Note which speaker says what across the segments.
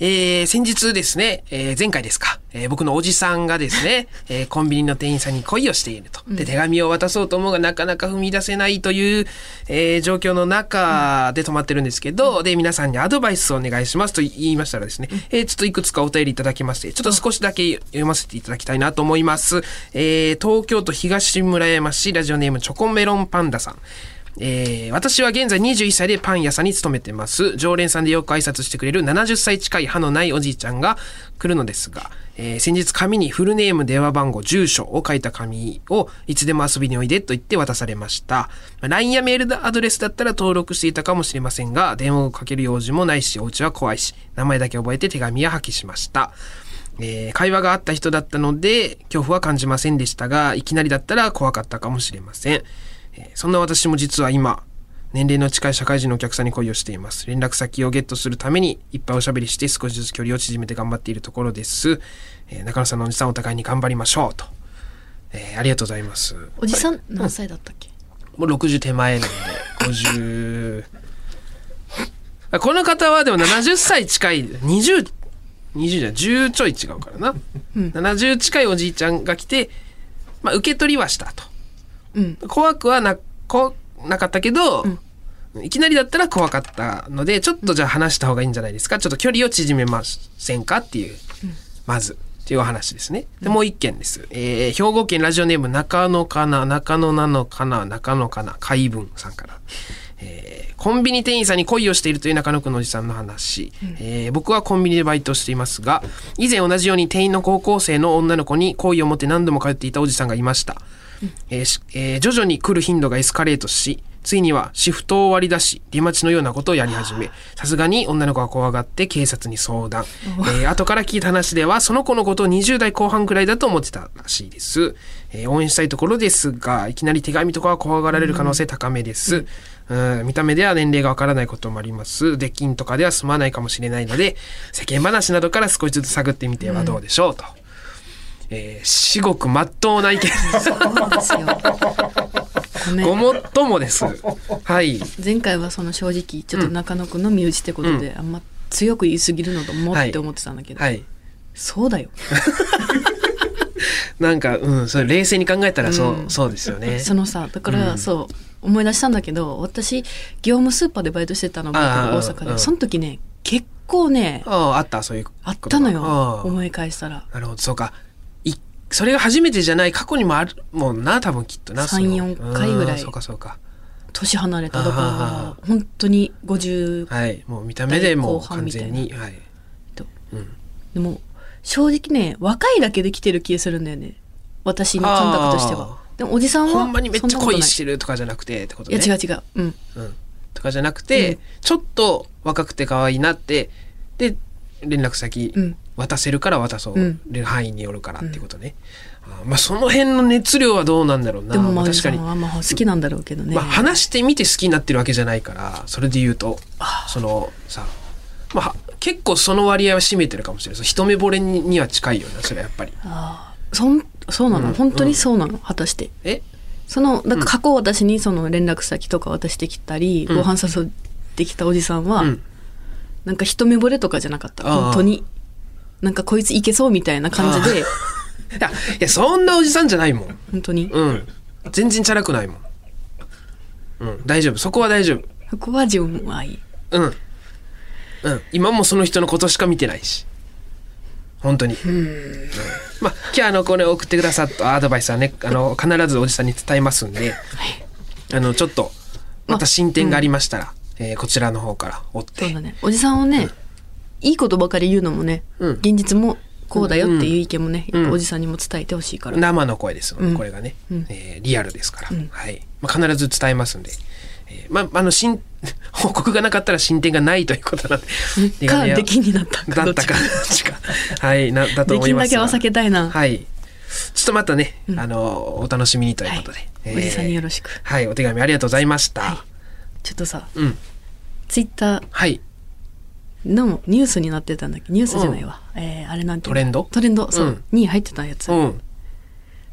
Speaker 1: えー、先日ですね、えー、前回ですか、えー、僕のおじさんがです ね、えー、コンビニの店員さんに恋をしていると。で、手紙を渡そうと思うがなかなか踏み出せないという、えー、状況の中で止まってるんですけど、で、皆さんにアドバイスをお願いしますと言いましたらですね、えー、ちょっといくつかお便りいただきまして、ちょっと少しだけ読ませていただきたいなと思います。えー、東京都東村山市ラジオネームチョコメロンパンダさん。えー私は現在21歳でパン屋さんに勤めてます。常連さんでよく挨拶してくれる70歳近い歯のないおじいちゃんが来るのですが、えー先日紙にフルネーム、電話番号、住所を書いた紙をいつでも遊びにおいでと言って渡されました。まあ LINE やメールアドレスだったら登録していたかもしれませんが、電話をかける用事もないし、お家は怖いし、名前だけ覚えて手紙や破棄しました。えー会話があった人だったので、恐怖は感じませんでしたが、いきなりだったら怖かったかもしれません。えーそんな私も実は今、年齢の近い社会人のお客さんに恋をしています。連絡先をゲットするために、いっぱいおしゃべりして少しずつ距離を縮めて頑張っているところです。えー中野さんのおじさんお互いに頑張りましょう。と。えーありがとうございます。
Speaker 2: おじさん何歳だったっけ
Speaker 1: もう60手前なんで、50。あこの方はでも70歳近い、20、20じゃない10ちょい違うからな。70近いおじいちゃんが来て、まあ受け取りはしたと。
Speaker 2: うん
Speaker 1: 怖くはな、こなかったけど、いきなりだったら怖かったので、ちょっとじゃあ話した方がいいんじゃないですか。ちょっと距離を縮めませんかっていう、まず。っていうお話ですね。で、もう一件です。えー、兵庫県ラジオネーム中野かな、中野なのかな、中野かな、海文さんから。えーコンビニ店員さんに恋をしているという中野区のおじさんの話、えー僕はコンビニでバイトをしていますが以前同じように店員の高校生の女の子に好意を持って何度も通っていたおじさんがいました、えーしえー徐々に来る頻度がエスカレートしついにはシフトを割り出し出待ちのようなことをやり始めさすがに女の子は怖がって警察に相談、えー後から聞いた話ではその子のことを20代後半くらいだと思ってたらしいです、えー応援したいところですがいきなり手紙とかは怖がられる可能性高めです、うん見た目では年齢がわからないこともあります。出禁とかでは済まないかもしれないので、世間話などから少しずつ探ってみてはどうでしょうと。えー至極真っ当な意見です。
Speaker 2: そうですよごめ
Speaker 1: ご
Speaker 2: ん
Speaker 1: もっとも です。はい。
Speaker 2: 前回はその正直ちょっと中野くんの身内ってことで、あんま強く言い過ぎるのとも
Speaker 1: はい
Speaker 2: って思ってたんだけど、
Speaker 1: はい。
Speaker 2: そうだよ、
Speaker 1: なんか、うん、それ冷静に考えたらそう、そうですよね。
Speaker 2: そのさだから、そう思い出したんだけど私業務スーパーでバイトしてたの
Speaker 1: ああ
Speaker 2: が大
Speaker 1: あ
Speaker 2: 阪
Speaker 1: あああ
Speaker 2: でその時ね結構ね
Speaker 1: ああ、あった、そういうことが。
Speaker 2: あったの
Speaker 1: あ
Speaker 2: よ
Speaker 1: あ
Speaker 2: 思い返したら
Speaker 1: なるほど、そうか。いそれが初めてじゃない過去にもあるもんな、多分きっとな。
Speaker 2: 三四回ぐらい
Speaker 1: うんそうか、そうか。
Speaker 2: 年離れたところ
Speaker 1: あ
Speaker 2: が本当に50
Speaker 1: はい。もう見た目でもう
Speaker 2: 大後半
Speaker 1: 完
Speaker 2: みたいな
Speaker 1: 全に。はい。
Speaker 2: でも正直ね若いだけで来てる気がするんだよね私の感覚としては
Speaker 1: あ
Speaker 2: でもおじさんは
Speaker 1: ほんまにめっちゃ恋しててるとかじゃなくてってこと
Speaker 2: い
Speaker 1: ね。
Speaker 2: や違う違ううん
Speaker 1: うん、とかじゃなくて、
Speaker 2: うん
Speaker 1: ちょっと若くて可愛いなってで連絡先
Speaker 2: うん
Speaker 1: 渡せるから渡そう、
Speaker 2: うん
Speaker 1: 範囲によるからってことね、あーまあその辺の熱量はどうなんだろうな
Speaker 2: でもまあお
Speaker 1: 確
Speaker 2: じさ
Speaker 1: かに、
Speaker 2: んはまあ好きなんだろうけどね、
Speaker 1: まあ、話してみて好きになってるわけじゃないからそれで言うとそのさまあは結構その割合は占めてるかもしれないその一目惚れにには近いよなそれはやっぱり
Speaker 2: ああそんそうなの、
Speaker 1: うん
Speaker 2: 本当にそうなの果たして
Speaker 1: え
Speaker 2: そのだから過去私にその連絡先とか渡してきたり、
Speaker 1: うん
Speaker 2: ご飯誘ってきたおじさんは、
Speaker 1: うん
Speaker 2: なんか一目惚れとかじゃなかった
Speaker 1: ああ
Speaker 2: 本当になんかこいついけそうみたいな感じで
Speaker 1: いやいやそんなおじさんじゃないもん
Speaker 2: 本当に
Speaker 1: うん全然チャラくないもんうん大丈夫そこは大丈夫
Speaker 2: そこは自分はいい
Speaker 1: うん。うん。今もその人のことしか見てないし。本当に。うん。まあ、今日あの、これ送ってくださったアドバイスはね、あの、必ずおじさんに伝えますんで、あの、ちょっと、また進展がありましたら、えーこちらの方から追っ
Speaker 2: そう
Speaker 1: て。
Speaker 2: だね。おじさんをね、いいことばかり言うのもね、
Speaker 1: うん
Speaker 2: 現実もこうだよっていう意見もね、
Speaker 1: ん
Speaker 2: やっぱおじさんにも伝えてほしいから。
Speaker 1: 生の声ですので、
Speaker 2: うん
Speaker 1: これがね、
Speaker 2: うん
Speaker 1: えーリアルですから、はいまあ、必ず伝えますんで、えーまあ、あの新 報告がなかったら進展がないということなんで手
Speaker 2: か、
Speaker 1: 紙は
Speaker 2: 出禁になったか。
Speaker 1: だったか
Speaker 2: どっち
Speaker 1: どっちかはいなだと
Speaker 2: で
Speaker 1: 思
Speaker 2: き
Speaker 1: い
Speaker 2: る
Speaker 1: ま
Speaker 2: だ
Speaker 1: す
Speaker 2: け
Speaker 1: が
Speaker 2: は避けたいな。
Speaker 1: はい。ちょっとまたね、あの、お楽しみにということで。
Speaker 2: おじさんによろ
Speaker 1: し
Speaker 2: しく。
Speaker 1: はい、お手紙ありがとうございました。
Speaker 2: はいちょっとさ、
Speaker 1: うん。
Speaker 2: ツイッター
Speaker 1: はい。
Speaker 2: のニュースになってたんだっけニュースじゃないわ。えーあれなんてい
Speaker 1: ト
Speaker 2: うの
Speaker 1: レンド
Speaker 2: トレンド、そう。
Speaker 1: うん
Speaker 2: に入ってたやつ。
Speaker 1: うん。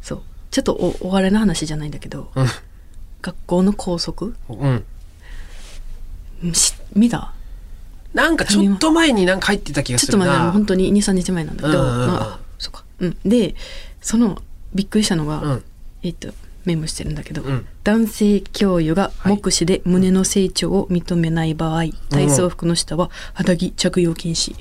Speaker 2: そう。ちょっとおおあれの話じゃないんだけど、
Speaker 1: うん。
Speaker 2: 学校の校則
Speaker 1: うん。
Speaker 2: し見た
Speaker 1: なんかちょっと前になんか入ってた気が
Speaker 2: ちょ
Speaker 1: す
Speaker 2: っと
Speaker 1: るな
Speaker 2: 前だね本当に23日前なんだけど、
Speaker 1: うんうんうん
Speaker 2: まあそうかうんでそのびっくりしたのが、
Speaker 1: うん
Speaker 2: えっとメモしてるんだけど、
Speaker 1: うん
Speaker 2: 男性教諭が目視で胸の成長を認めない場合、体操服の下は肌着着用禁止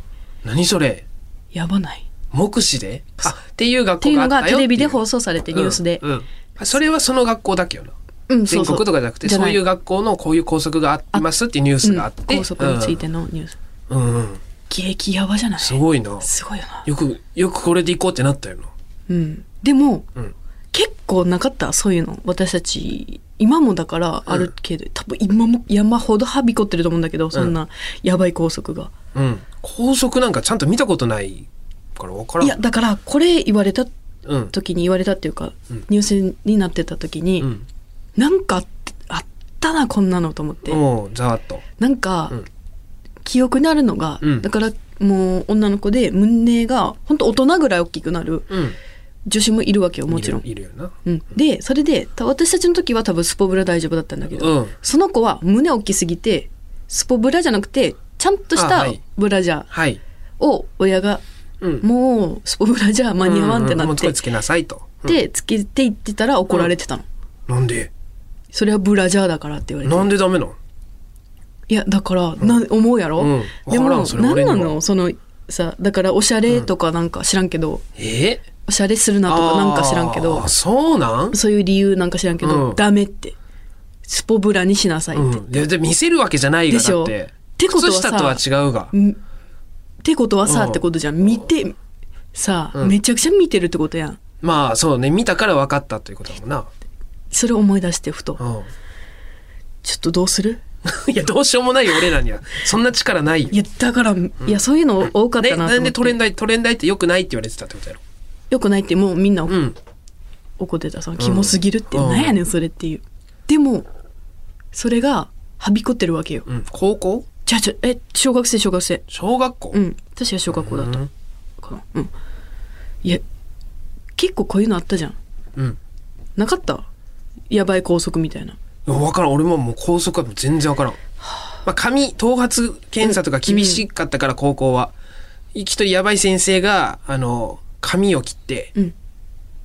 Speaker 1: 何それ
Speaker 2: やばない
Speaker 1: 目視であっていう学
Speaker 2: ってい
Speaker 1: 校
Speaker 2: う
Speaker 1: があ
Speaker 2: の
Speaker 1: ったよ
Speaker 2: がテレビで放
Speaker 1: 送
Speaker 2: 送されてニュースで、
Speaker 1: うんうんあそれはその学校だけよな
Speaker 2: うん
Speaker 1: 全国とかじゃなくてそういう
Speaker 2: が
Speaker 1: 学校のこういう校則がありますっていうニュースがあって、
Speaker 2: 高速についてのニュース
Speaker 1: うん、うんうん
Speaker 2: 激役やばじゃない
Speaker 1: すごいな
Speaker 2: すごいよな
Speaker 1: よくよくこれで行こうってなったよな
Speaker 2: うんでも、
Speaker 1: うん
Speaker 2: 結構なかったそういうの私たち今もだからあるけど、多分今も山ほどはびこってると思うんだけどそんなやばい校則が、
Speaker 1: うん校則なんかちゃんと見たことないから分からん
Speaker 2: いやだからこれ言われた
Speaker 1: うん
Speaker 2: 時に言われたっていうか、
Speaker 1: うん
Speaker 2: ニュースになってた時に、
Speaker 1: うん
Speaker 2: なんかあっあったなこんなのと思って、
Speaker 1: おうざーっと
Speaker 2: なんか、
Speaker 1: うん
Speaker 2: 記憶にあるのが、
Speaker 1: うん
Speaker 2: だからもう女の子で胸が本当大人ぐらい大きくなる
Speaker 1: うん
Speaker 2: 女子もいるわけよもちろん
Speaker 1: い。るいるよな
Speaker 2: うん、でそれでた私たちの時は多分スポブラ大丈夫だったんだけど、
Speaker 1: うん
Speaker 2: その子は胸大きすぎてスポブラじゃなくてちゃんとし
Speaker 1: あ
Speaker 2: た
Speaker 1: はい
Speaker 2: ブラジャー
Speaker 1: はい
Speaker 2: を親が、
Speaker 1: うん
Speaker 2: もうスポブラじゃ間に合わんってな
Speaker 1: ううも
Speaker 2: っ
Speaker 1: うこ
Speaker 2: て、
Speaker 1: れつけなさいと、うん
Speaker 2: でつけていってたら怒られてたの、
Speaker 1: なんで
Speaker 2: それはブラジャーだからって言われて
Speaker 1: なんでダメなの
Speaker 2: いやだからな思うやろ、
Speaker 1: うん
Speaker 2: で
Speaker 1: わから
Speaker 2: も
Speaker 1: んそれ俺
Speaker 2: 何
Speaker 1: には
Speaker 2: なのそのさだからおしゃれとかなんか知らんけど、
Speaker 1: ええ
Speaker 2: おしゃれするなとかなんか知らんけど
Speaker 1: あーそうなん
Speaker 2: そういう理由なんか知らんけど、
Speaker 1: うん
Speaker 2: ダメってスポブラにしなさいって、
Speaker 1: うん、でで見せるわけじゃないが
Speaker 2: でし
Speaker 1: だ
Speaker 2: ょ
Speaker 1: って
Speaker 2: てことはさ
Speaker 1: 靴下とは違うが
Speaker 2: んってことはさ、
Speaker 1: うん
Speaker 2: ってことじゃん見てさあ、
Speaker 1: うん
Speaker 2: めちゃくちゃ見てるってことやん
Speaker 1: まあそうね見たから分かったということだもんな、
Speaker 2: それを思い出してふと、
Speaker 1: う
Speaker 2: ちょっとどうする
Speaker 1: ん、いやどうしようもないよ俺らにはそんな力ないよ
Speaker 2: いやだから、いやそういうの多かった
Speaker 1: で
Speaker 2: なと思って、
Speaker 1: なんでトレンダイトレンダイってよくないって言われてたってことやろ
Speaker 2: よくないってもうみんな
Speaker 1: うん
Speaker 2: 怒ってたそのキモすぎるって、
Speaker 1: うん
Speaker 2: なんやねんそれっていうでもそれがはびこってるわけよ
Speaker 1: うん高校
Speaker 2: じゃあちょえ小学生小学生
Speaker 1: 小学校、
Speaker 2: うん確か小学校だったかなうんいや結構こういうのあったじゃん
Speaker 1: うん
Speaker 2: なかったやばい校則みたいない
Speaker 1: や分からん俺ももう校則はもう全然分からん、まあ、髪頭髪検査とか厳しかったから高校は、きっとやばい先生があの髪を切って、
Speaker 2: うん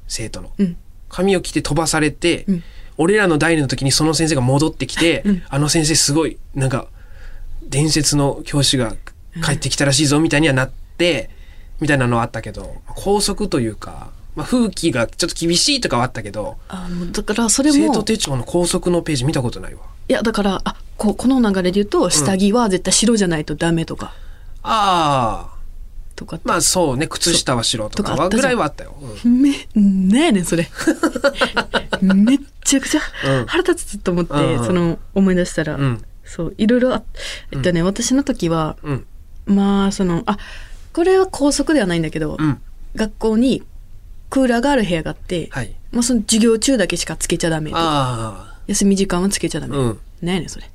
Speaker 1: 生徒の
Speaker 2: うん
Speaker 1: 髪を切って飛ばされて、
Speaker 2: うん
Speaker 1: 俺らの代の時にその先生が戻ってきて、
Speaker 2: うん
Speaker 1: あの先生すごいなんか伝説の教師が帰ってきたらしいぞみたいにはなって、みたいなのはあったけど校則というか、まあ、風紀がちょっと厳しいとかはあったけど
Speaker 2: あもうだからそれも
Speaker 1: 生徒手帳の校則のページ見たことないわ。
Speaker 2: いやだからあこうこの流れで言うと下着は絶対白じゃないとダメとか、
Speaker 1: ああ
Speaker 2: とかって、
Speaker 1: まあそうね靴下は白とか
Speaker 2: とかあ
Speaker 1: は
Speaker 2: った
Speaker 1: ぐ
Speaker 2: じゃ
Speaker 1: ら
Speaker 2: ん
Speaker 1: いはあったよ。うん
Speaker 2: めなんやねんそ れめっちゃくちゃ
Speaker 1: うん
Speaker 2: 腹立つと思って、
Speaker 1: うんうん
Speaker 2: その思い出したら、
Speaker 1: うん
Speaker 2: そういろいろあえっとね、私の時は
Speaker 1: うん
Speaker 2: まあそのあこれは校則ではないんだけど、
Speaker 1: うん
Speaker 2: 学校にクーラーがある部屋があって、
Speaker 1: はい。
Speaker 2: まあ、その授業中だけしかつけちゃダメとか
Speaker 1: あ
Speaker 2: 休み時間はつけちゃダ
Speaker 1: あ
Speaker 2: メ、
Speaker 1: う
Speaker 2: なん、
Speaker 1: ん
Speaker 2: 何やねんそれ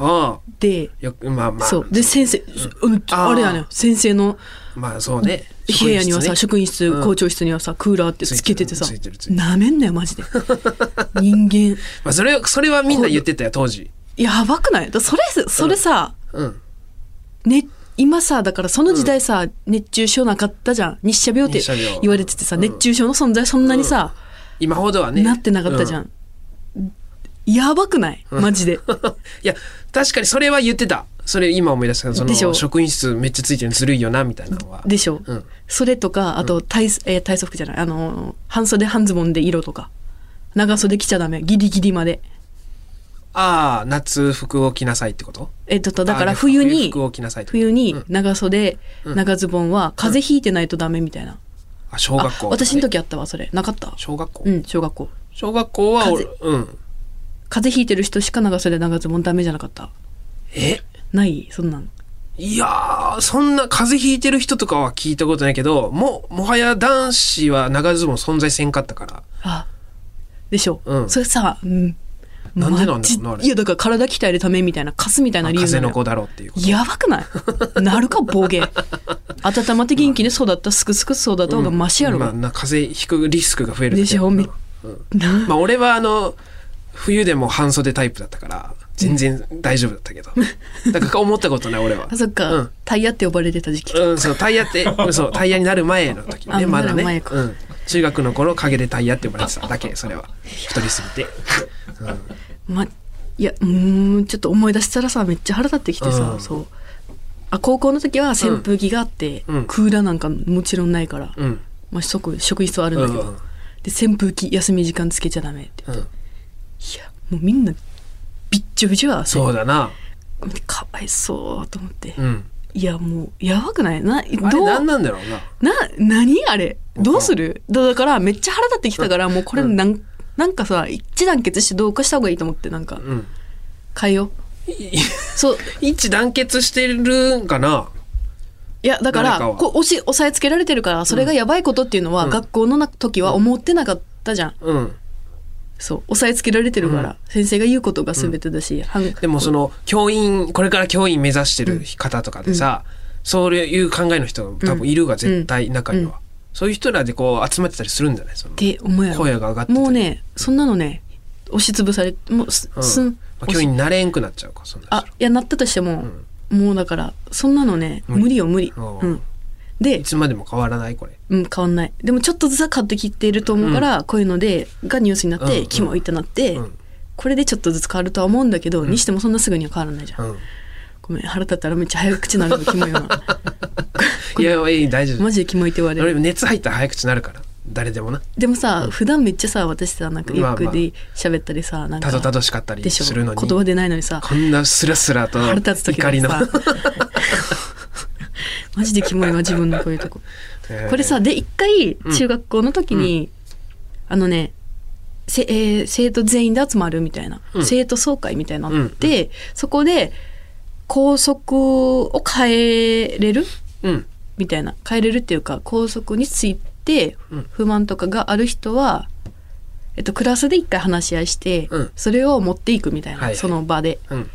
Speaker 1: ああ
Speaker 2: で
Speaker 1: よくまあまあ
Speaker 2: そうで先生、うん
Speaker 1: あー
Speaker 2: あれやねん先生の
Speaker 1: まあそうね。
Speaker 2: 部屋にはさ
Speaker 1: 職
Speaker 2: 職員室、
Speaker 1: うん
Speaker 2: 校長室にはさクーラーってつけててさ
Speaker 1: ついてるついてるついてる
Speaker 2: なめんなよマジで人間
Speaker 1: 員室ねまあそれそれはみんな言ってたよ当時。
Speaker 2: やばくないだそれそれさ、
Speaker 1: うん。
Speaker 2: ね今さだからその時代さ、熱中症なかったじゃん日射病って
Speaker 1: 日射病
Speaker 2: 言われててさ、
Speaker 1: うん
Speaker 2: 熱中症の存在そんなにさ、
Speaker 1: 今ほどはね。
Speaker 2: なってなかったじゃ、
Speaker 1: うん
Speaker 2: やばくないマジで
Speaker 1: ん。いや確かにそれは言ってた。それ今思い出したそ
Speaker 2: でし
Speaker 1: の
Speaker 2: ょ
Speaker 1: 職員室めっちゃついてるのずるいよなみたいなのは。
Speaker 2: で しょ、
Speaker 1: うん
Speaker 2: それとかあと体,、えー体操服じゃないあのー半袖半ズボンで色とか長袖着ちゃダメギリギリまで
Speaker 1: ああ夏服を着なさいってこと？
Speaker 2: えっとだか
Speaker 1: あ
Speaker 2: ら
Speaker 1: あ
Speaker 2: 冬に
Speaker 1: 服を着なさいってこと。
Speaker 2: 冬に長袖、長ズボンは風邪ひいてないとダメみたいな、
Speaker 1: あ小学校とか
Speaker 2: あ
Speaker 1: ね。
Speaker 2: 私の時あったわそれなかった
Speaker 1: 小学校
Speaker 2: う。ん小学校
Speaker 1: 小学校は俺うん。
Speaker 2: 風邪ひいてる人しか長袖長ズボンダメじゃなかった
Speaker 1: え
Speaker 2: ないそんなん
Speaker 1: いやー、そんな風邪ひいてる人とかは聞いたことないけど、も、もはや男子は長ズボン存在せんかったから。
Speaker 2: あでしょ、
Speaker 1: うん
Speaker 2: それさ、うん、
Speaker 1: なんでなんだろうな
Speaker 2: マジ
Speaker 1: あれ
Speaker 2: いやだから体鍛えるためみたいなカスみたいな理由
Speaker 1: 風
Speaker 2: なの
Speaker 1: の
Speaker 2: よ
Speaker 1: 子だろうっていうこと。
Speaker 2: やばくない なるか暴言温まって元気で育ったすくすく育った方がマシやろ、
Speaker 1: まあ、な風邪ひくリスクが増えるだけ
Speaker 2: でしょ
Speaker 1: うん
Speaker 2: み
Speaker 1: まあ、俺はあの、冬でも半袖タイプだったから、全然大丈夫だったけ ど。なんか思ったことない俺は
Speaker 2: あ。そっか、
Speaker 1: うん
Speaker 2: タイヤって呼ばれてた時期か
Speaker 1: うん、そう、タイヤって、うんそう、タイヤになる前の時ね、
Speaker 2: あ
Speaker 1: まだ
Speaker 2: なる前
Speaker 1: ね。
Speaker 2: か
Speaker 1: うん。中学の頃、陰でタイヤって呼ばれてただけ、それは。太りすぎて。
Speaker 2: まいやうーんちょっと思い出したらさめっちゃ腹立ってきてさ、
Speaker 1: うん
Speaker 2: そうあ高校の時は扇風機があって、
Speaker 1: うん
Speaker 2: クーラーなんかもちろんないから、
Speaker 1: うん。
Speaker 2: まあ、即職員室はあるんだけど、
Speaker 1: うんうん
Speaker 2: で扇風機休み時間つけちゃダメって、
Speaker 1: う
Speaker 2: い
Speaker 1: ん。
Speaker 2: やもうみんなびっちょびちょや汗
Speaker 1: そうだな。
Speaker 2: かわいそうと思って、
Speaker 1: うん。
Speaker 2: いやもうやばくないな
Speaker 1: あれ
Speaker 2: どう
Speaker 1: 何なんだろうな。
Speaker 2: な何あれどうするだだからめっちゃ腹立ってきたからもうこれなん,、なんかさ一致団結してどうかした方がいいと思ってなんか
Speaker 1: うん。
Speaker 2: 変えようそう
Speaker 1: 一致団結してるんかない
Speaker 2: やだか
Speaker 1: 誰
Speaker 2: ら
Speaker 1: かは
Speaker 2: こう押し押さえつけられてるからそれがやばいことっていうのは、
Speaker 1: うん
Speaker 2: 学校のな時は思ってなかったじゃん
Speaker 1: うん。
Speaker 2: そう押さえつけられてるから、先生が言うことが全てだし、はん
Speaker 1: でもその教員これから教員目指してる方とかでさ、そういう考えの人多分いるが絶対中には、
Speaker 2: うん
Speaker 1: そういう人らでこう集まってたりするんじゃないその
Speaker 2: って思うやろ
Speaker 1: 声が上がってたり
Speaker 2: もうねそんなのね押しつぶされもうす,
Speaker 1: うん
Speaker 2: すん、
Speaker 1: まあ、教員になれんくなっちゃうかそんな
Speaker 2: あいやなったとしても、もうだからそんなのね
Speaker 1: 無理
Speaker 2: 無理よ無理、
Speaker 1: うん
Speaker 2: うん、
Speaker 1: い
Speaker 2: で、
Speaker 1: つまでも変わらないこれ
Speaker 2: うん、変わんないでもちょっとずつは変わってきていると思うから、こういうのでがニュースになって、
Speaker 1: うん
Speaker 2: キモいってなって、
Speaker 1: うん
Speaker 2: これでちょっとずつ変わるとは思うんだけど、にしてもそんなすぐには変わらないじゃん、
Speaker 1: うん
Speaker 2: ごめん腹立ったらめっちゃ早口になるのキモい よな
Speaker 1: いやいやいや大丈夫
Speaker 2: マジでキモいって言われ
Speaker 1: 俺
Speaker 2: る
Speaker 1: 熱入ったら早口になるから誰でもな
Speaker 2: でもさ、普段めっちゃさ私さなんかゆっく
Speaker 1: まあま
Speaker 2: り喋ったりさ、なんか
Speaker 1: たどたどしかったり
Speaker 2: でしょ
Speaker 1: する
Speaker 2: 言
Speaker 1: のに
Speaker 2: 葉出ないのにさ
Speaker 1: こんなスラスラと
Speaker 2: 腹立つ時
Speaker 1: 怒りの
Speaker 2: さ マジでキモいわ自分のこういうとこ これさで一回中学校の時に、あのねせ、えー生徒全員で集まるみたいな、
Speaker 1: うん
Speaker 2: 生徒総会みたいなのあって、そこで校則を変えれる
Speaker 1: うん
Speaker 2: みたいな変えれるっていうか校則について
Speaker 1: うん
Speaker 2: 不満とかがある人は、えっと、クラスで一回話し合いして、
Speaker 1: うん
Speaker 2: それを持っていくみたいな、
Speaker 1: はいはい
Speaker 2: その場で
Speaker 1: うん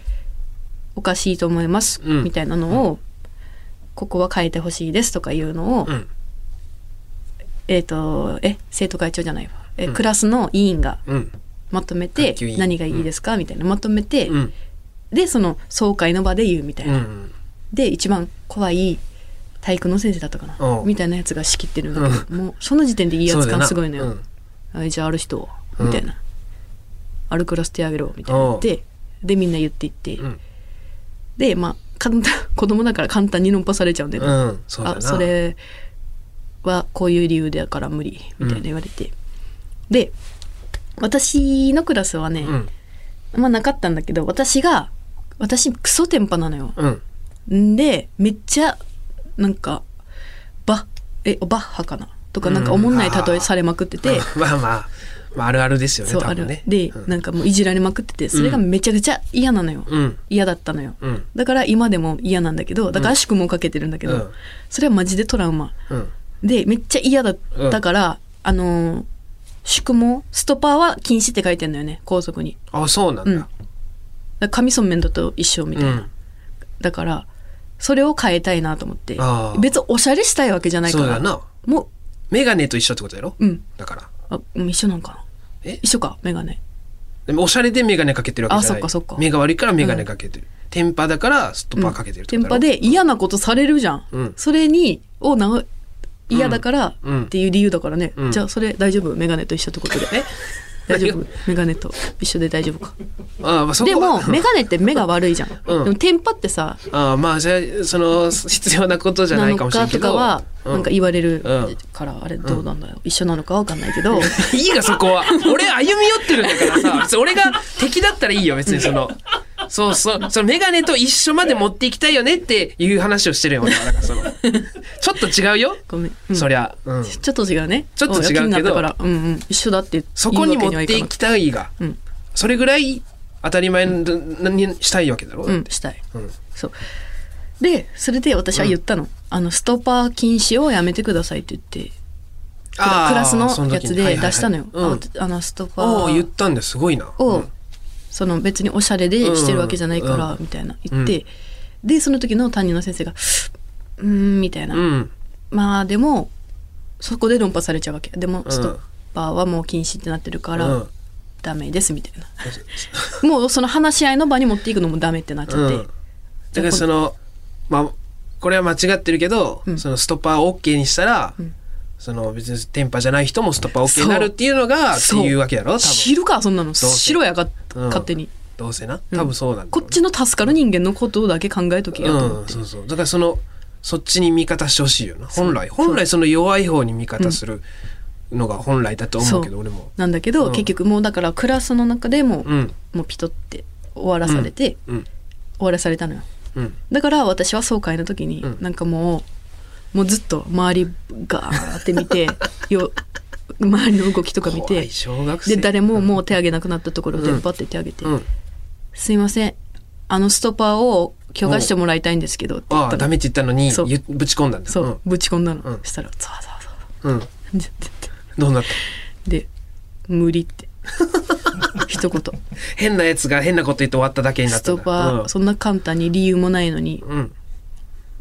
Speaker 2: おかしいと思います、
Speaker 1: うん
Speaker 2: みたいなのを、ここは変えてほしいですとかいうのを、
Speaker 1: うん
Speaker 2: えっ、とえ生徒会長じゃないわえ、
Speaker 1: うん
Speaker 2: クラスの委員が
Speaker 1: うん
Speaker 2: まとめて
Speaker 1: 学級委員
Speaker 2: 何がいいですか、みたいなまとめて、
Speaker 1: うん
Speaker 2: でその総会の場で言うみたいな、
Speaker 1: うん
Speaker 2: で一番怖い体育の先生だったかな
Speaker 1: おう
Speaker 2: みたいなやつが仕切ってるんだけど、もうその時点で威圧感すごいの
Speaker 1: そうだ
Speaker 2: よ
Speaker 1: な、
Speaker 2: あじゃあある人を
Speaker 1: うん
Speaker 2: みたいな、あるクラス手あげろみたいなででみんな言っていって、
Speaker 1: うん
Speaker 2: でまあ簡単 子供だから簡単に論破されちゃうんだよね、
Speaker 1: うんうんそうだな
Speaker 2: あそれはこういう理由だから無理みたいな言われて、で私のクラスはね、
Speaker 1: うん
Speaker 2: まあなかったんだけど私が私クソテンパなのよ、
Speaker 1: うん
Speaker 2: ん、でめっちゃなんかバえバッハかなとかなんか
Speaker 1: うん
Speaker 2: おもんない例えされまくってて、
Speaker 1: まあまあ、まあ、あるあるですよね
Speaker 2: そうあ
Speaker 1: 多
Speaker 2: る、
Speaker 1: 分ね
Speaker 2: で、
Speaker 1: うん
Speaker 2: なんかもういじられまくっててそれがめちゃくちゃ嫌なのよ、
Speaker 1: うん
Speaker 2: 嫌だったのよ
Speaker 1: うん
Speaker 2: だから今でも嫌なんだけどだから宿もかけてるんだけど、
Speaker 1: うん
Speaker 2: それはマジでトラウマ
Speaker 1: うん
Speaker 2: でめっちゃ嫌だったから、あのー宿毛ストパーは禁止って書いてんのよね高速に
Speaker 1: あそうなんだ、
Speaker 2: うんだから髪染めんだと一緒みたいな、
Speaker 1: うん
Speaker 2: だからそれを変えたいなと思って
Speaker 1: あー
Speaker 2: 別におしゃれしたいわけじゃないか
Speaker 1: そう
Speaker 2: ら
Speaker 1: だな
Speaker 2: も
Speaker 1: メガネと一緒ってことやろ
Speaker 2: ううん
Speaker 1: だから
Speaker 2: あうん一緒なんかな
Speaker 1: え
Speaker 2: 一緒かメガネ
Speaker 1: でもおしゃれでメガネかけてるわけじゃない
Speaker 2: あそっかそっか
Speaker 1: 目が悪いからメガネかけてる、テンパだからストッパーかけてるって
Speaker 2: テ
Speaker 1: こ
Speaker 2: ン
Speaker 1: とだろ
Speaker 2: パで嫌なことされるじゃん、
Speaker 1: うん
Speaker 2: それにをなお嫌だから
Speaker 1: うん
Speaker 2: っていう理由だからね、
Speaker 1: うん
Speaker 2: じゃあそれ大丈夫メガネと一緒ってことで
Speaker 1: え
Speaker 2: 大丈
Speaker 1: 何
Speaker 2: 夫メガネと一緒で大丈夫か
Speaker 1: ああまあそこ
Speaker 2: で も
Speaker 1: は
Speaker 2: メガネって目が悪いじゃん、
Speaker 1: うん
Speaker 2: でもテンパってさ
Speaker 1: ああまあそれその必要なことじゃ
Speaker 2: な
Speaker 1: ない
Speaker 2: の
Speaker 1: かもしれ
Speaker 2: か
Speaker 1: んけ
Speaker 2: と
Speaker 1: ど
Speaker 2: かはなんか
Speaker 1: い
Speaker 2: 言われる
Speaker 1: うん
Speaker 2: からあれどうなんだよ、一緒なのかわかんない けど
Speaker 1: いがそこは俺歩み寄ってるんだからさ別に俺が敵だったらいいよ別にそのそうそうそのメガネと一緒まで持っていきたいよねっていう話をしてるよ俺はだからそのちょっと違うよ、
Speaker 2: ごめん、うん
Speaker 1: そりゃ、うん、
Speaker 2: ちょっと違うね
Speaker 1: ちょっと違うけど
Speaker 2: お気になったから、うんうん、一緒だって
Speaker 1: そこに
Speaker 2: 言
Speaker 1: 持
Speaker 2: うわ
Speaker 1: っ
Speaker 2: けは
Speaker 1: てい
Speaker 2: かな
Speaker 1: きたいが、
Speaker 2: うん
Speaker 1: それぐらい当たり前にしたいわけだろ、
Speaker 2: うんしたい、
Speaker 1: うん
Speaker 2: そうでそれで私は言ったの、あのストッパー禁止をやめてくださいって言ってク
Speaker 1: あ
Speaker 2: ラ
Speaker 1: ー
Speaker 2: クラスのやつで出したのよ、
Speaker 1: そ時に
Speaker 2: ああのストッ
Speaker 1: はいはいはいうん、お
Speaker 2: パ
Speaker 1: おー言っ
Speaker 2: ー
Speaker 1: たんですごいな
Speaker 2: を、
Speaker 1: うん
Speaker 2: その別におしゃれでしてるわけじゃないか
Speaker 1: うん
Speaker 2: らみたいな言って、でその時の担任の先生が「うーん」みたいな、
Speaker 1: うん
Speaker 2: まあでもそこで論破されちゃうわけでも
Speaker 1: うん
Speaker 2: ストッパーはもう禁止ってなってるから、
Speaker 1: うん
Speaker 2: ダメですみたいなもうその話し合いの場に持っていくのもダメってなっちゃって、
Speaker 1: うんだからそのまあこれは間違ってるけど、
Speaker 2: うん
Speaker 1: そのストッパーを OK にしたら、
Speaker 2: うん
Speaker 1: その別に電波じゃない人もストッパー OK になるっていうのがって
Speaker 2: そう
Speaker 1: いうわけだろ多
Speaker 2: 知
Speaker 1: 分
Speaker 2: るかそんなの
Speaker 1: せ
Speaker 2: 知ろやが、
Speaker 1: うん
Speaker 2: 勝手に
Speaker 1: どうせな
Speaker 2: うん
Speaker 1: 多分そうなんだろうね、
Speaker 2: こっちの助かる人間のことだけ考えとけよと思
Speaker 1: う
Speaker 2: っ
Speaker 1: ん
Speaker 2: て、
Speaker 1: そうそうだからそのそっちに味方してほしいよな
Speaker 2: そう
Speaker 1: 本来本来その弱い方に味方するのが本来だと思うけど俺も
Speaker 2: なんだけど、
Speaker 1: うん
Speaker 2: 結局もうだからクラスの中でも,、
Speaker 1: うん
Speaker 2: もうピトって終わらされて、
Speaker 1: うん
Speaker 2: 終わらされたのよ
Speaker 1: うん
Speaker 2: だから私は総会の時に、
Speaker 1: うん
Speaker 2: なんかもうもうずっと周りガーって見 てよ周りの動きとか見
Speaker 1: 怖
Speaker 2: て
Speaker 1: い小学生
Speaker 2: で誰ももう手挙げなくなったところで
Speaker 1: うん
Speaker 2: バッて手挙げて「
Speaker 1: うん
Speaker 2: すいませんあのストッパーを許可してもらいたいんですけど」って言
Speaker 1: あ
Speaker 2: っ
Speaker 1: あ
Speaker 2: た
Speaker 1: ダ
Speaker 2: の
Speaker 1: メって言ったのに
Speaker 2: そう
Speaker 1: ゆぶち込んだんだ
Speaker 2: そう、ぶち込んだの、
Speaker 1: うん
Speaker 2: したら「ざわざわざわ
Speaker 1: うんうん」
Speaker 2: って言って
Speaker 1: どうなった
Speaker 2: で「無理」って 一言
Speaker 1: 変なやつが変なこと言って終わっただけになっ
Speaker 2: ス
Speaker 1: た
Speaker 2: ト
Speaker 1: ん
Speaker 2: ッ
Speaker 1: だ
Speaker 2: パー、そんな簡単に理由もないのに
Speaker 1: うんうん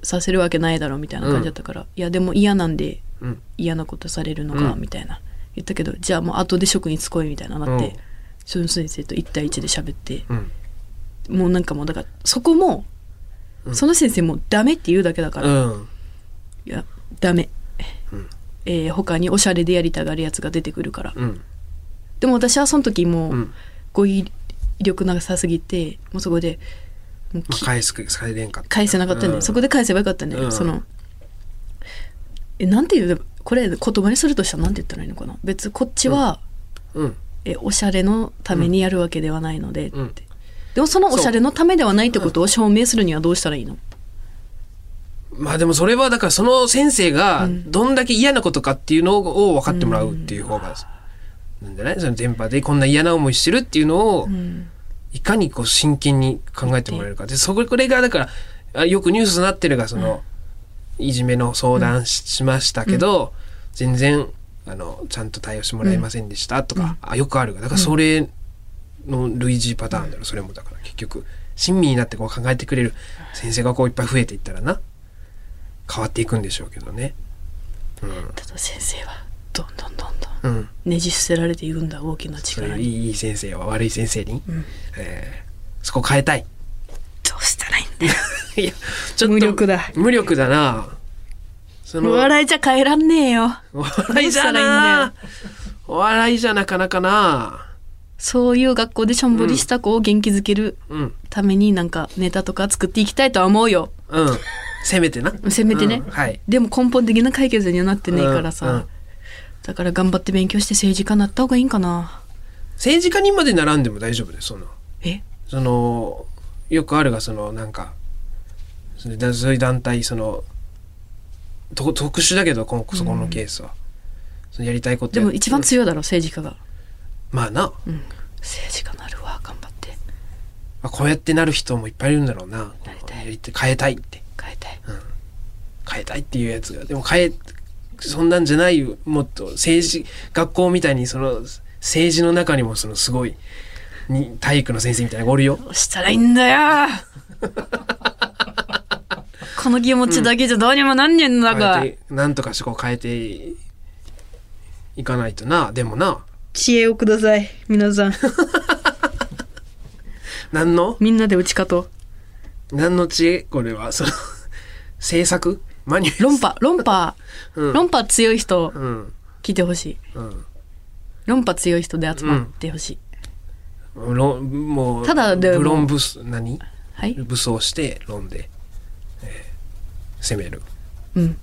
Speaker 2: させるわけないだろみたいな感じだったから、いやでも嫌なんで
Speaker 1: うん
Speaker 2: 嫌なことされるのか、
Speaker 1: うん
Speaker 2: みたいな言ったけどじゃあもう後で職に就こいみたいななって、
Speaker 1: うん
Speaker 2: その先生と1対1で喋って
Speaker 1: うん
Speaker 2: もうなんかもうだからそこも、
Speaker 1: うん
Speaker 2: その先生もダメって言うだけだから、い
Speaker 1: うん
Speaker 2: やダメ、
Speaker 1: うん
Speaker 2: えー他におしゃれでやりたがるやつが出てくるから、
Speaker 1: うん
Speaker 2: でも私はその時も
Speaker 1: う
Speaker 2: うん語彙力なさすぎてもうそこでもう
Speaker 1: ま
Speaker 2: き
Speaker 1: あ返す返れんかった
Speaker 2: 返せなかったんで、
Speaker 1: うん
Speaker 2: そこで返せばよかったんだけ
Speaker 1: う
Speaker 2: ど、
Speaker 1: ん
Speaker 2: そのえなんていうこれ言葉にするとしたらなんて言ったらいいのかな別にこっちは、
Speaker 1: うん
Speaker 2: えおしゃれのためにやるわけではないのでって、
Speaker 1: うん
Speaker 2: でもそのおしゃれのためではないってことを証明するにはどうしたらいいの
Speaker 1: まあでもそれはだからその先生
Speaker 2: う
Speaker 1: が
Speaker 2: ん
Speaker 1: どんだけ嫌なことかっていうのを分かってもらうっていう方が、なんじゃないその電波でこんな嫌な思いしてるっていうのを
Speaker 2: うん、
Speaker 1: いかにこう真剣に考えてもらえるか。で、そここれがだからあ、よくニュースになってるが、その、いじめの相談し,、ましたけど、全然、あの、ちゃんと対応してもらえませんでしたとか、あよくあるが、だからそれの類似パターンだろ、それもだから結局、親身になってこう考えてくれる先生がこういっぱい増えていったらな、変わっていくんでしょうけどね。
Speaker 2: ただ先生はどんどんどんどん
Speaker 1: うん。
Speaker 2: ねじ伏せられていくんだ大きな
Speaker 1: それ
Speaker 2: 力
Speaker 1: よ
Speaker 2: に
Speaker 1: りいい先生は悪い先生に、
Speaker 2: ん
Speaker 1: えーそこ変えたい。
Speaker 2: どうしたらいいんだよ
Speaker 1: いや、ちょっと。
Speaker 2: 無力だ
Speaker 1: 無力だな。その、
Speaker 2: 笑いじゃ帰らんねえよ
Speaker 1: お笑いじゃ
Speaker 2: どうしたらいい
Speaker 1: な。お笑いじゃなかなかな。
Speaker 2: そういう学校でしょんぼりした子を元気づける
Speaker 1: うん。
Speaker 2: ためになんかネタとか作っていきたいとは思うよ
Speaker 1: うん。せめてな。
Speaker 2: せめてね、
Speaker 1: うんはい。
Speaker 2: でも根本的な解決にはなってねえからさ、
Speaker 1: うんうん
Speaker 2: だから頑張って勉強して政治家になった方がいいんかな
Speaker 1: 政治家にまで並んでも大丈夫です、その。
Speaker 2: え
Speaker 1: その、よくあるが、その、なんか、それだそういう団体、その、と特殊だけど、このそこのケースは。そのやりたいこと
Speaker 2: で
Speaker 1: や
Speaker 2: も一番強いだろ政治家が、
Speaker 1: まあな、ま
Speaker 2: うん、政治家なるわ頑張って
Speaker 1: あ、こうやってなる人もいっぱいいるんだろうな。
Speaker 2: なりたい
Speaker 1: やりたい変えたいって。
Speaker 2: 変えたい
Speaker 1: 変えたいっていうやつがでも変えそんなんじゃないよもっと政治学校みたいにその政治の中にもそのすごいに体育の先生みたいなのがおるよ
Speaker 2: どうしたらいいんだよ この気持ちだけじゃどうにもなんねえんだが、
Speaker 1: 変えてなんとかしてこう変えていかないとなでもな
Speaker 2: 知恵をください皆 さん
Speaker 1: 何の
Speaker 2: みんなで打ち勝とう
Speaker 1: 何の知恵これはその政策マニュアル
Speaker 2: 論破論破、
Speaker 1: うん
Speaker 2: 論破強い人
Speaker 1: うん
Speaker 2: 来てほしい
Speaker 1: うん
Speaker 2: 論破強い人で集まってほしい、
Speaker 1: ろもう
Speaker 2: ただでも
Speaker 1: ブロンブス何
Speaker 2: はい
Speaker 1: 武装して論で、えー攻める
Speaker 2: うん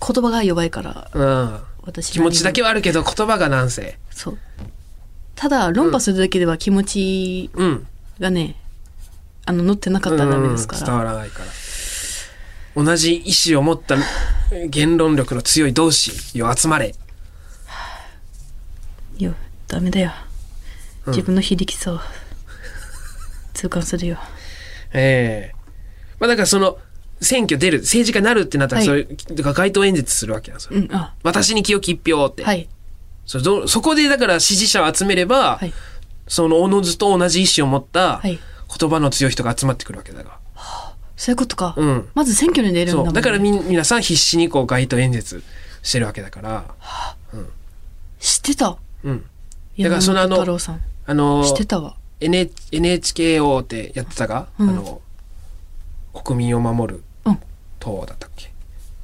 Speaker 2: 言葉が弱いから
Speaker 1: うん
Speaker 2: 私
Speaker 1: 気持ちだけはあるけど言葉がなんせ
Speaker 2: そうただ論破するだけでは気持ち
Speaker 1: うん
Speaker 2: がね、あの乗ってなかったらダメですか
Speaker 1: うん
Speaker 2: ら、
Speaker 1: 伝わらないから同じ意思を持った言論力の強い同士よ集まれ
Speaker 2: いやダメだよ、自分の響きさを痛感するよ
Speaker 1: ええまあだからその選挙出る政治家になるってなったら
Speaker 2: はい
Speaker 1: それ、だから街頭演説するわけなんですよ、
Speaker 2: うんあ
Speaker 1: 私に清き一票って、
Speaker 2: はい
Speaker 1: それどうそこでだから支持者を集めれば、
Speaker 2: はい
Speaker 1: そのおのずと同じ意思を持った
Speaker 2: はい
Speaker 1: 言葉の強い人が集まってくるわけだから、
Speaker 2: そういうことか、
Speaker 1: うん
Speaker 2: まず選挙に出るんだも
Speaker 1: そ
Speaker 2: ん、ね、
Speaker 1: うだからみ皆さん必死にこう街頭演説してるわけだから
Speaker 2: 知ってた
Speaker 1: うんだ
Speaker 2: 山
Speaker 1: からその
Speaker 2: 本
Speaker 1: あの
Speaker 2: 太郎さん
Speaker 1: あの
Speaker 2: してたわ
Speaker 1: NH NHKO ってやってたが、
Speaker 2: うん
Speaker 1: あの国民を守る
Speaker 2: うん
Speaker 1: 党だったっけ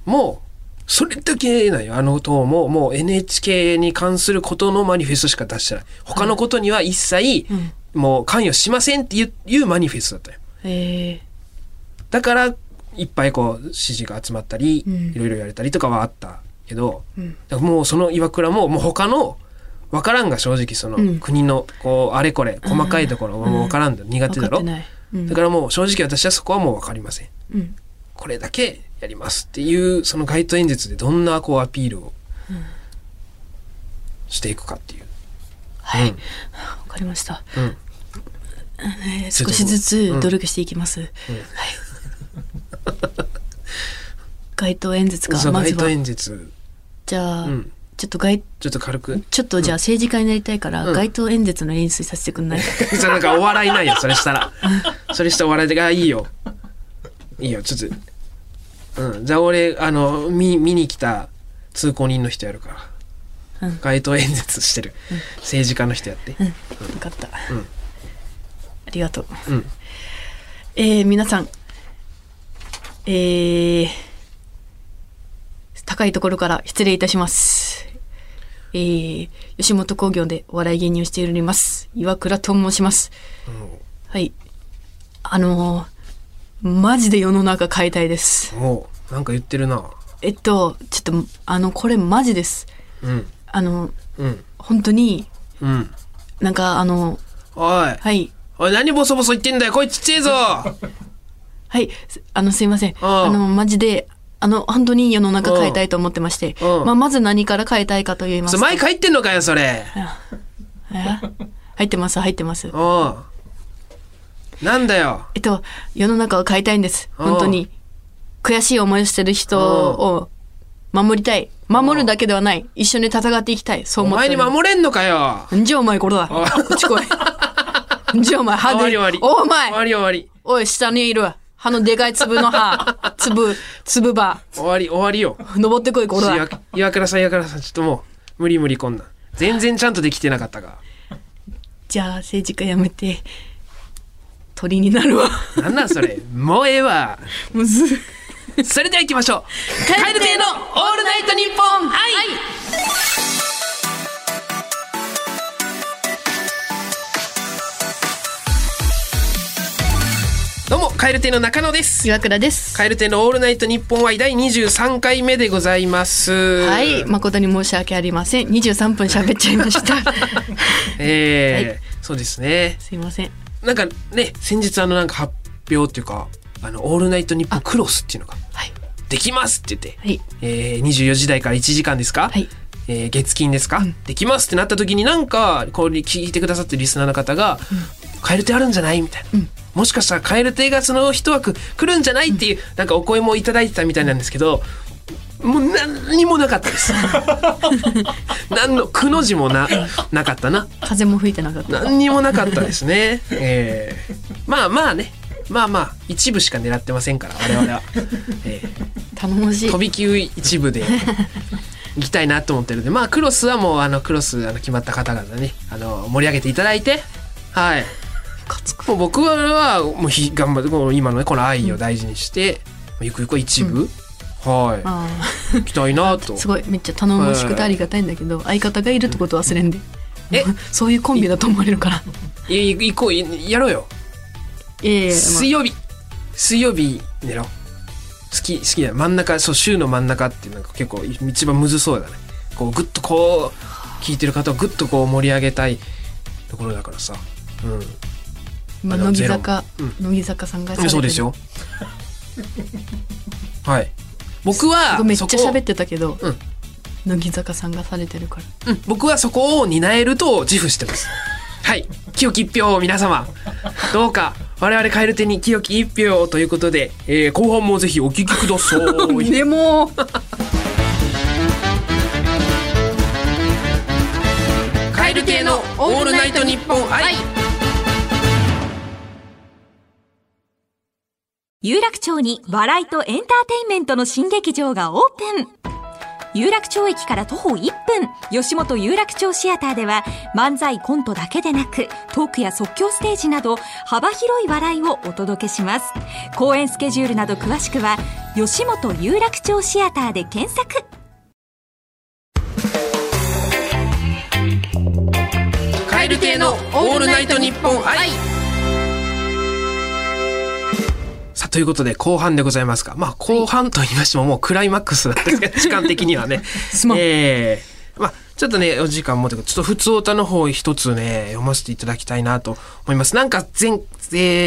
Speaker 1: もうそれだけなんよあの党ももう NHK に関することのマニフェストしか出してない他のことには一切
Speaker 2: うん
Speaker 1: もう関与しませんっていういうマニフェストだったよ
Speaker 2: ええ
Speaker 1: だからいっぱいこう支持が集まったり、
Speaker 2: うん
Speaker 1: いろいろやれたりとかはあったけど
Speaker 2: うん
Speaker 1: だからもうその岩倉ももう他の分からんが正直その、
Speaker 2: うん
Speaker 1: 国のこうあれこれ細かいところはもう分からんだ、苦手だ
Speaker 2: 分かっ
Speaker 1: ろ
Speaker 2: てない、うん、
Speaker 1: だからもう正直私はそこはもう分かりません
Speaker 2: うん
Speaker 1: これだけやりますっていうその街頭演説でどんなこうアピールをしていくかっていう、
Speaker 2: はい、
Speaker 1: うん
Speaker 2: わかりました、
Speaker 1: うん
Speaker 2: えー
Speaker 1: ちょっ
Speaker 2: 少
Speaker 1: と
Speaker 2: しずつ努力していきま す、はい街頭演説
Speaker 1: そ
Speaker 2: か
Speaker 1: う
Speaker 2: まず
Speaker 1: 街頭
Speaker 2: は
Speaker 1: 演説、
Speaker 2: じゃあ、
Speaker 1: うん、
Speaker 2: ちょっと街
Speaker 1: ちょっと軽く
Speaker 2: ちょっとじゃあ政治家になりたいから、
Speaker 1: うん
Speaker 2: 街頭演説の練習させてくんな い、
Speaker 1: それなんかお笑いないよそれしたらそれしたらお笑いであいいよいいよちょっと、うん、じゃあ俺あの見見に来た通行人の人やるから、
Speaker 2: うん
Speaker 1: 街頭演説してる、政治家の人やって、
Speaker 2: 分かった、
Speaker 1: うん
Speaker 2: ありがとう、
Speaker 1: うん
Speaker 2: えー、皆さんえー、高いところから失礼いたしますえー、吉本興業でお笑い芸人をしております岩倉と申しますはいあのー、マジで世の中変えたいです
Speaker 1: うんもうなんか言ってるな
Speaker 2: えっとちょっとあのこれマジです
Speaker 1: うん
Speaker 2: あの
Speaker 1: うん
Speaker 2: 本当に
Speaker 1: うん
Speaker 2: なんかあの
Speaker 1: おい
Speaker 2: はい
Speaker 1: おい、何ボソボソ言ってんだよ、こいつちっちゃいぞ
Speaker 2: はい、すあの、すいません。
Speaker 1: ああ
Speaker 2: あの、マジで、あの、本当に世の中変えたいと思ってまして、
Speaker 1: うん
Speaker 2: まあ、まず何から変えたいかと言います
Speaker 1: そ
Speaker 2: と。
Speaker 1: れマイク入ってんのかよ、それ。
Speaker 2: え入ってます、入ってます。
Speaker 1: おうなんだよ。
Speaker 2: えっと、世の中を変えたいんです。
Speaker 1: ああ
Speaker 2: 本当に。悔しい思いをしてる人を守りたい。守るだけではない。一緒に戦っていきたい。そう
Speaker 1: お
Speaker 2: 思って
Speaker 1: 前
Speaker 2: お
Speaker 1: に
Speaker 2: ります。
Speaker 1: 守れんのかよ。
Speaker 2: んじゃお前これだ。こっち来い。んじゃお前歯
Speaker 1: 終わり終
Speaker 2: で。
Speaker 1: わり。
Speaker 2: お
Speaker 1: 終わ
Speaker 2: 前
Speaker 1: り終わり。
Speaker 2: おい、下にいるわ。歯のでかい粒の歯。粒、粒歯。
Speaker 1: 終わり終わりよ。
Speaker 2: 登ってこい、これだ。
Speaker 1: し岩倉さん、岩倉さん、ちょっともう、無理無理こんなん。全然ちゃんとできてなかったが。
Speaker 2: じゃあ政治家やめて鳥になるわ
Speaker 1: なんなん それ。もうええわ。
Speaker 2: むずい
Speaker 1: それでは行きましょう。カエル亭のオールナイトニッポンはい、どうも、カエル亭の中野です。
Speaker 2: 岩倉です
Speaker 1: カエル亭のオールナイトニッポンは第23回目でございます。は
Speaker 2: はい誠に申し訳ありません23分喋っちゃいました
Speaker 1: えー
Speaker 2: はい
Speaker 1: そうですね。
Speaker 2: すいません
Speaker 1: なんかね、先日あのなんか発表っていうか、あの、オールナイトニッポンクロスっていうのが、
Speaker 2: はい
Speaker 1: できますって言って、
Speaker 2: はい
Speaker 1: えー、24時台から1時間ですか、
Speaker 2: はい
Speaker 1: えー月金ですか、できますってなった時になんかこう聞いてくださってるリスナーの方が「蛙、亭あるんじゃない?」みたいな、もしかしたら蛙亭がその一枠来るんじゃないっていう、なんかお声もいただいてたみたいなんですけどもう何にもなかったです 何のくの字もななかったな
Speaker 2: 風も吹いてなかった
Speaker 1: 何にもなかったですねええまあまあねまあまあ一部しか狙ってませんから我々は、ええ
Speaker 2: 頼もしい
Speaker 1: 飛び級一部で行きたいなと思ってるのでまあクロスはもうあのクロスあの決まった方々ねあの盛り上げていただいてはい
Speaker 2: カツ
Speaker 1: もう僕はもうひ頑張ってこの今のねこの愛を大事にして、ゆくゆくは一部、は
Speaker 2: あ
Speaker 1: い行きたいなと
Speaker 2: ーすごいめっちゃ頼もしくてありがたいんだけど相方がいるってこと忘れんで
Speaker 1: え
Speaker 2: そういうコンビだと思われるから
Speaker 1: いやい行こういやろうよ
Speaker 2: ええ
Speaker 1: 水曜日水曜日寝ろ好き好きだよ真ん中そう週の真ん中ってなんか結構一番むずそうだねこうグッとこう聞いてる方をグッとこう盛り上げたいところだからさうん
Speaker 2: ま
Speaker 1: あ
Speaker 2: あ、
Speaker 1: の
Speaker 2: 乃木坂、
Speaker 1: ゼロ
Speaker 2: 乃木坂さんがされてる
Speaker 1: そうです よはい僕は
Speaker 2: ごめんめっちゃ
Speaker 1: そこを
Speaker 2: 喋ってたけど、
Speaker 1: うん
Speaker 2: 乃木坂さんがされてるか
Speaker 1: う
Speaker 2: ら
Speaker 1: ん僕はそこを担えると自負してますはい清き一票を皆様どうか我々蛙手に清き一票をということで、えー後半もぜひお聞きくだ さい
Speaker 2: でも
Speaker 1: 蛙亭のオールナイトニッポン愛
Speaker 3: 有楽町に笑いとエンターテインメントの新劇場がオープン有楽町駅から徒歩1分、吉本有楽町シアターでは、漫才コントだけでなく、トークや即興ステージなど、幅広い笑いをお届けします。公演スケジュールなど詳しくは、吉本有楽町シアターで検索。
Speaker 1: カエル亭のオールナイトニッポン愛さあ、ということで、後半でございますが、まあ、後半と言いましても、もうクライマックスだったんですけど、時間的にはね。
Speaker 2: すまん
Speaker 1: ええまあ、ちょっとね、お時間もというか、ちょっと普通歌の方一つね、読ませていただきたいなと思います。なんか、前、え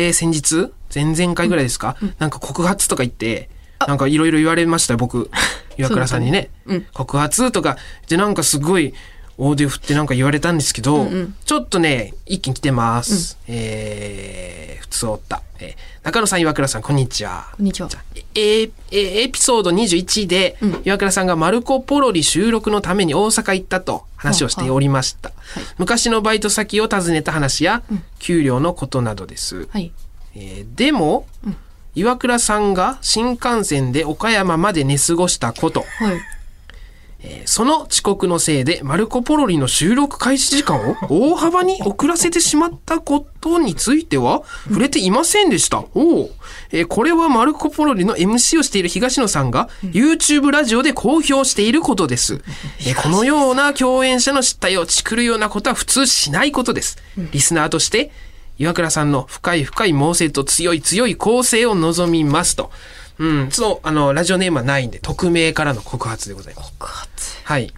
Speaker 1: ー先日前々回ぐらいですか、なんか告発とか言って、なんかいろいろ言われましたよ、僕。岩倉さんにね。告発とか、で、なんかすごい、大手振ってなんか言われたんですけど、ちょっとね、一気に来てます。えー、普通おった。えー中野さん、岩倉さん、こんにちは。
Speaker 2: こんにちは。
Speaker 1: えーえーエピソード21で、岩倉さんがマルコ・ポロリ収録のために大阪行ったと話をしておりました。昔のバイト先を訪ねた話や、給料のことなどです。
Speaker 2: はい。
Speaker 1: えーでも、岩倉さんが新幹線で岡山まで寝過ごしたこと、
Speaker 2: はい。
Speaker 1: えーその遅刻のせいでマルコ・ポロリの収録開始時間を 大幅に遅らせてしまったことについては触れていませんでした。おうえーこれはマルコ・ポロリの MC をしている東野さんが YouTube ラジオで公表していることです。えーこのような共演者の失態をチクるようなことは普通しないことです。リスナーとして岩倉さんの深い深い猛省と強い強い構成を望みますと。うん、そう、あの、ラジオネームはないんで、匿名からの告発でございます。
Speaker 2: 告発。
Speaker 1: はい。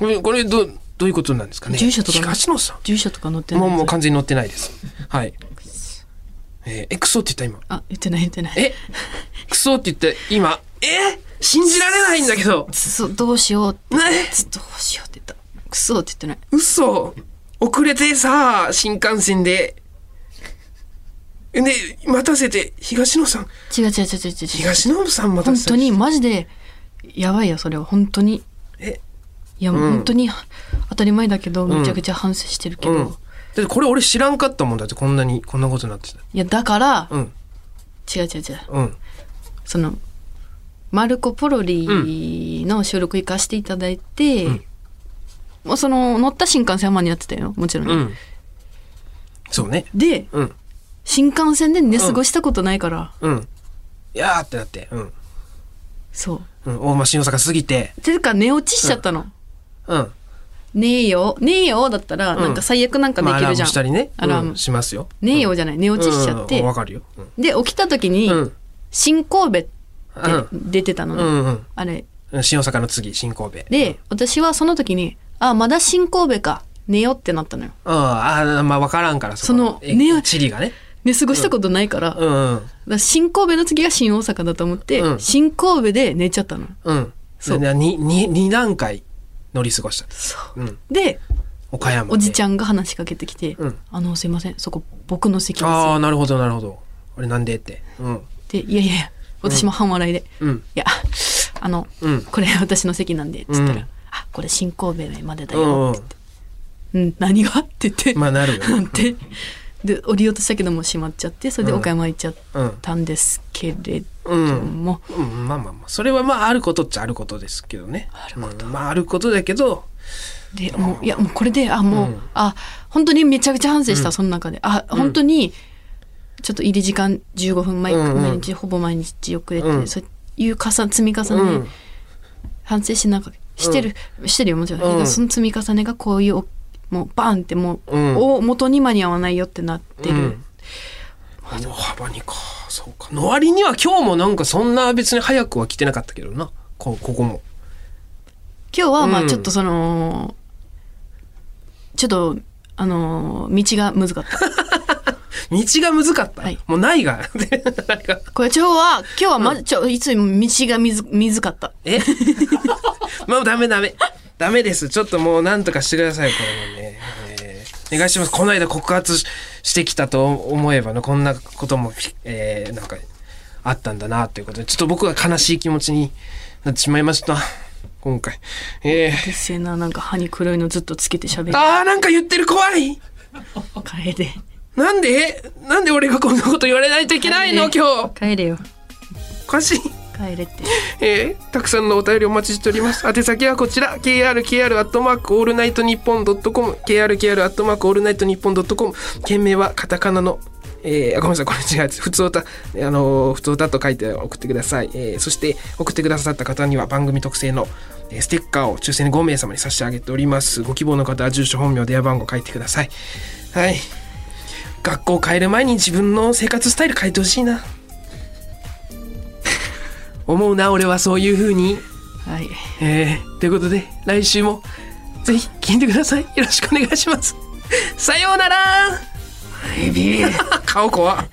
Speaker 1: これ、これど、どういうことなんですかね。
Speaker 2: 住所とか
Speaker 1: 東野さ
Speaker 2: 住所とか載って
Speaker 1: ん。
Speaker 2: な
Speaker 1: もう、
Speaker 2: い。
Speaker 1: もう完全に載ってないです。はい。えーえ、クソって言った今。
Speaker 2: あ、言ってない言ってない。
Speaker 1: え、クソって言った今。え信じられないんだけど。
Speaker 2: そう、どうしようって。
Speaker 1: ね
Speaker 2: つどうしようって言った。クソって言ってない。
Speaker 1: 嘘。遅れてさ、新幹線で。で、待たせて、東野さん。
Speaker 2: 違う違う違う違う違う。
Speaker 1: 東野さん待た
Speaker 2: 本
Speaker 1: せて。
Speaker 2: 当に、マジで、やばいよ、それは。本当に。
Speaker 1: え
Speaker 2: いや、本当に、当たり前だけど、めちゃくちゃ反省してるけど。
Speaker 1: うん。だってこれ俺知らんかったもんだってこんなに、こんなことになってた。
Speaker 2: いや、だから、
Speaker 1: うん。
Speaker 2: 違う違う違う。
Speaker 1: うん。
Speaker 2: その、マルコ・ポロリの収録行かしていただいて、もうその、乗った新幹線は間に合ってたよ、もちろんね。
Speaker 1: うん。そうね。
Speaker 2: で、
Speaker 1: うん。
Speaker 2: 新幹線で寝過ごしたことないから、
Speaker 1: うん。いやーってなって、うん。
Speaker 2: そう。
Speaker 1: うん、大間新大阪過ぎて、
Speaker 2: ていうか、寝落ちしちゃったの。
Speaker 1: うん。
Speaker 2: ねえよ、ねえよだったら、なんか最悪なんかで
Speaker 1: まあ、ア
Speaker 2: き
Speaker 1: ラ
Speaker 2: る
Speaker 1: ー
Speaker 2: じゃ
Speaker 1: ム
Speaker 2: ん。
Speaker 1: したりね、
Speaker 2: アラーム
Speaker 1: うんしますよ。
Speaker 2: ねえよじゃない、寝落ちしちゃって。
Speaker 1: うんわ、かるよ。うん。
Speaker 2: で、起きた時に、
Speaker 1: うん
Speaker 2: 新神戸って出てたのね。
Speaker 1: うんうん
Speaker 2: あれ。
Speaker 1: うん。新大阪の次、新神戸。
Speaker 2: で、私はその時に、あ、まだ新神戸か、寝よってなったのよ。
Speaker 1: うん、ああ、まあ分からんから、
Speaker 2: その
Speaker 1: え
Speaker 2: ね
Speaker 1: 地理がね。
Speaker 2: 寝過ごしたことないから、
Speaker 1: うんうん。
Speaker 2: だから新神戸の次が新大阪だと思って、
Speaker 1: うん
Speaker 2: 新神戸で寝ちゃったの。
Speaker 1: うん。
Speaker 2: そう
Speaker 1: でにに二段階乗り過ごした。う。ん。
Speaker 2: で、
Speaker 1: 岡山で。
Speaker 2: おじちゃんが話しかけてきて、
Speaker 1: うん
Speaker 2: あの、すいません、そこ僕の席です
Speaker 1: あ
Speaker 2: よ
Speaker 1: あ、なるほど、なるほど。あれなんでって。うん。
Speaker 2: で、いやいやいや、私も半笑いで、
Speaker 1: うん。
Speaker 2: いや、あの、
Speaker 1: うん
Speaker 2: これ 私の席なんで、つっ
Speaker 1: う
Speaker 2: たら、
Speaker 1: ん
Speaker 2: あ、これ新神戸までだ
Speaker 1: うんう
Speaker 2: よ
Speaker 1: ん
Speaker 2: って言って、うん、何がって言って、
Speaker 1: まあなるよね
Speaker 2: なんて、で、降りようとしたけども閉まっちゃって、それで
Speaker 1: うん
Speaker 2: 岡山行っちゃったんですけれども、
Speaker 1: うん、まあまあまあ。それはまああることっちゃあることですけどね。あること。まああることだけど、
Speaker 2: でもういやもうこれであもう、あ本当にめちゃくちゃ反省した、その中であ本当にちょっと入り時間15分前、
Speaker 1: うんうん
Speaker 2: 毎日ほぼ毎日遅れて、
Speaker 1: うん
Speaker 2: そういう重ね積み重ね、
Speaker 1: うん
Speaker 2: 反省しなんかしてる、してるよもちろん、
Speaker 1: うん
Speaker 2: けどその積み重ねがこういうおもうバンってもう、
Speaker 1: うん
Speaker 2: 大元に間に合わないよってなってる、
Speaker 1: うん大幅にかそうかの割には今日もなんかそんな別に早くは来てなかったけどなこここも
Speaker 2: 今日はま
Speaker 1: う
Speaker 2: あ
Speaker 1: ん
Speaker 2: ちょっとその、ちょっとあのー道が難かった。
Speaker 1: 道が難かった、
Speaker 2: はい
Speaker 1: もうないが なんか
Speaker 2: これ今日は今日はま、ちょいつも道がみずみずかった。
Speaker 1: え もうダメダメダメですちょっともうなんとかしてくださいこれもね、えーお願いしますこの間告発ししてきたと思えばねこんなことも、えーなんかあったんだなということでちょっと僕は悲しい気持ちになってしまいました今回えー
Speaker 2: 一斉ななんか歯に黒いのずっとつけて喋る
Speaker 1: あーなんか言ってる怖い
Speaker 2: カエで
Speaker 1: なんでなんで俺がこんなこと言われないといけないの今日
Speaker 2: 帰れよ
Speaker 1: おかしい
Speaker 2: 帰れって。
Speaker 1: えーたくさんのお便りお待ちしております。宛先はこちら、krkr アットマークオールナイトニッポンドットコム、krkr アットマークオールナイトニッポンドットコム。件名はカタカナの。えー、あごめんなさい、これ違う。普通歌、あのー、普通歌と書いて送ってください。えーそして、送ってくださった方には番組特製の、えーステッカーを抽選で5名様に差し上げております。ご希望の方は住所、本名、電話番号書いてください。はい。学校帰る前に自分の生活スタイル変えてほしいな。思うな、俺はそういう風に。
Speaker 2: はい。
Speaker 1: えー、ということで来週もぜひ聞いてくださいよろしくお願いしますさようなら
Speaker 2: エビー。
Speaker 1: 顔怖っ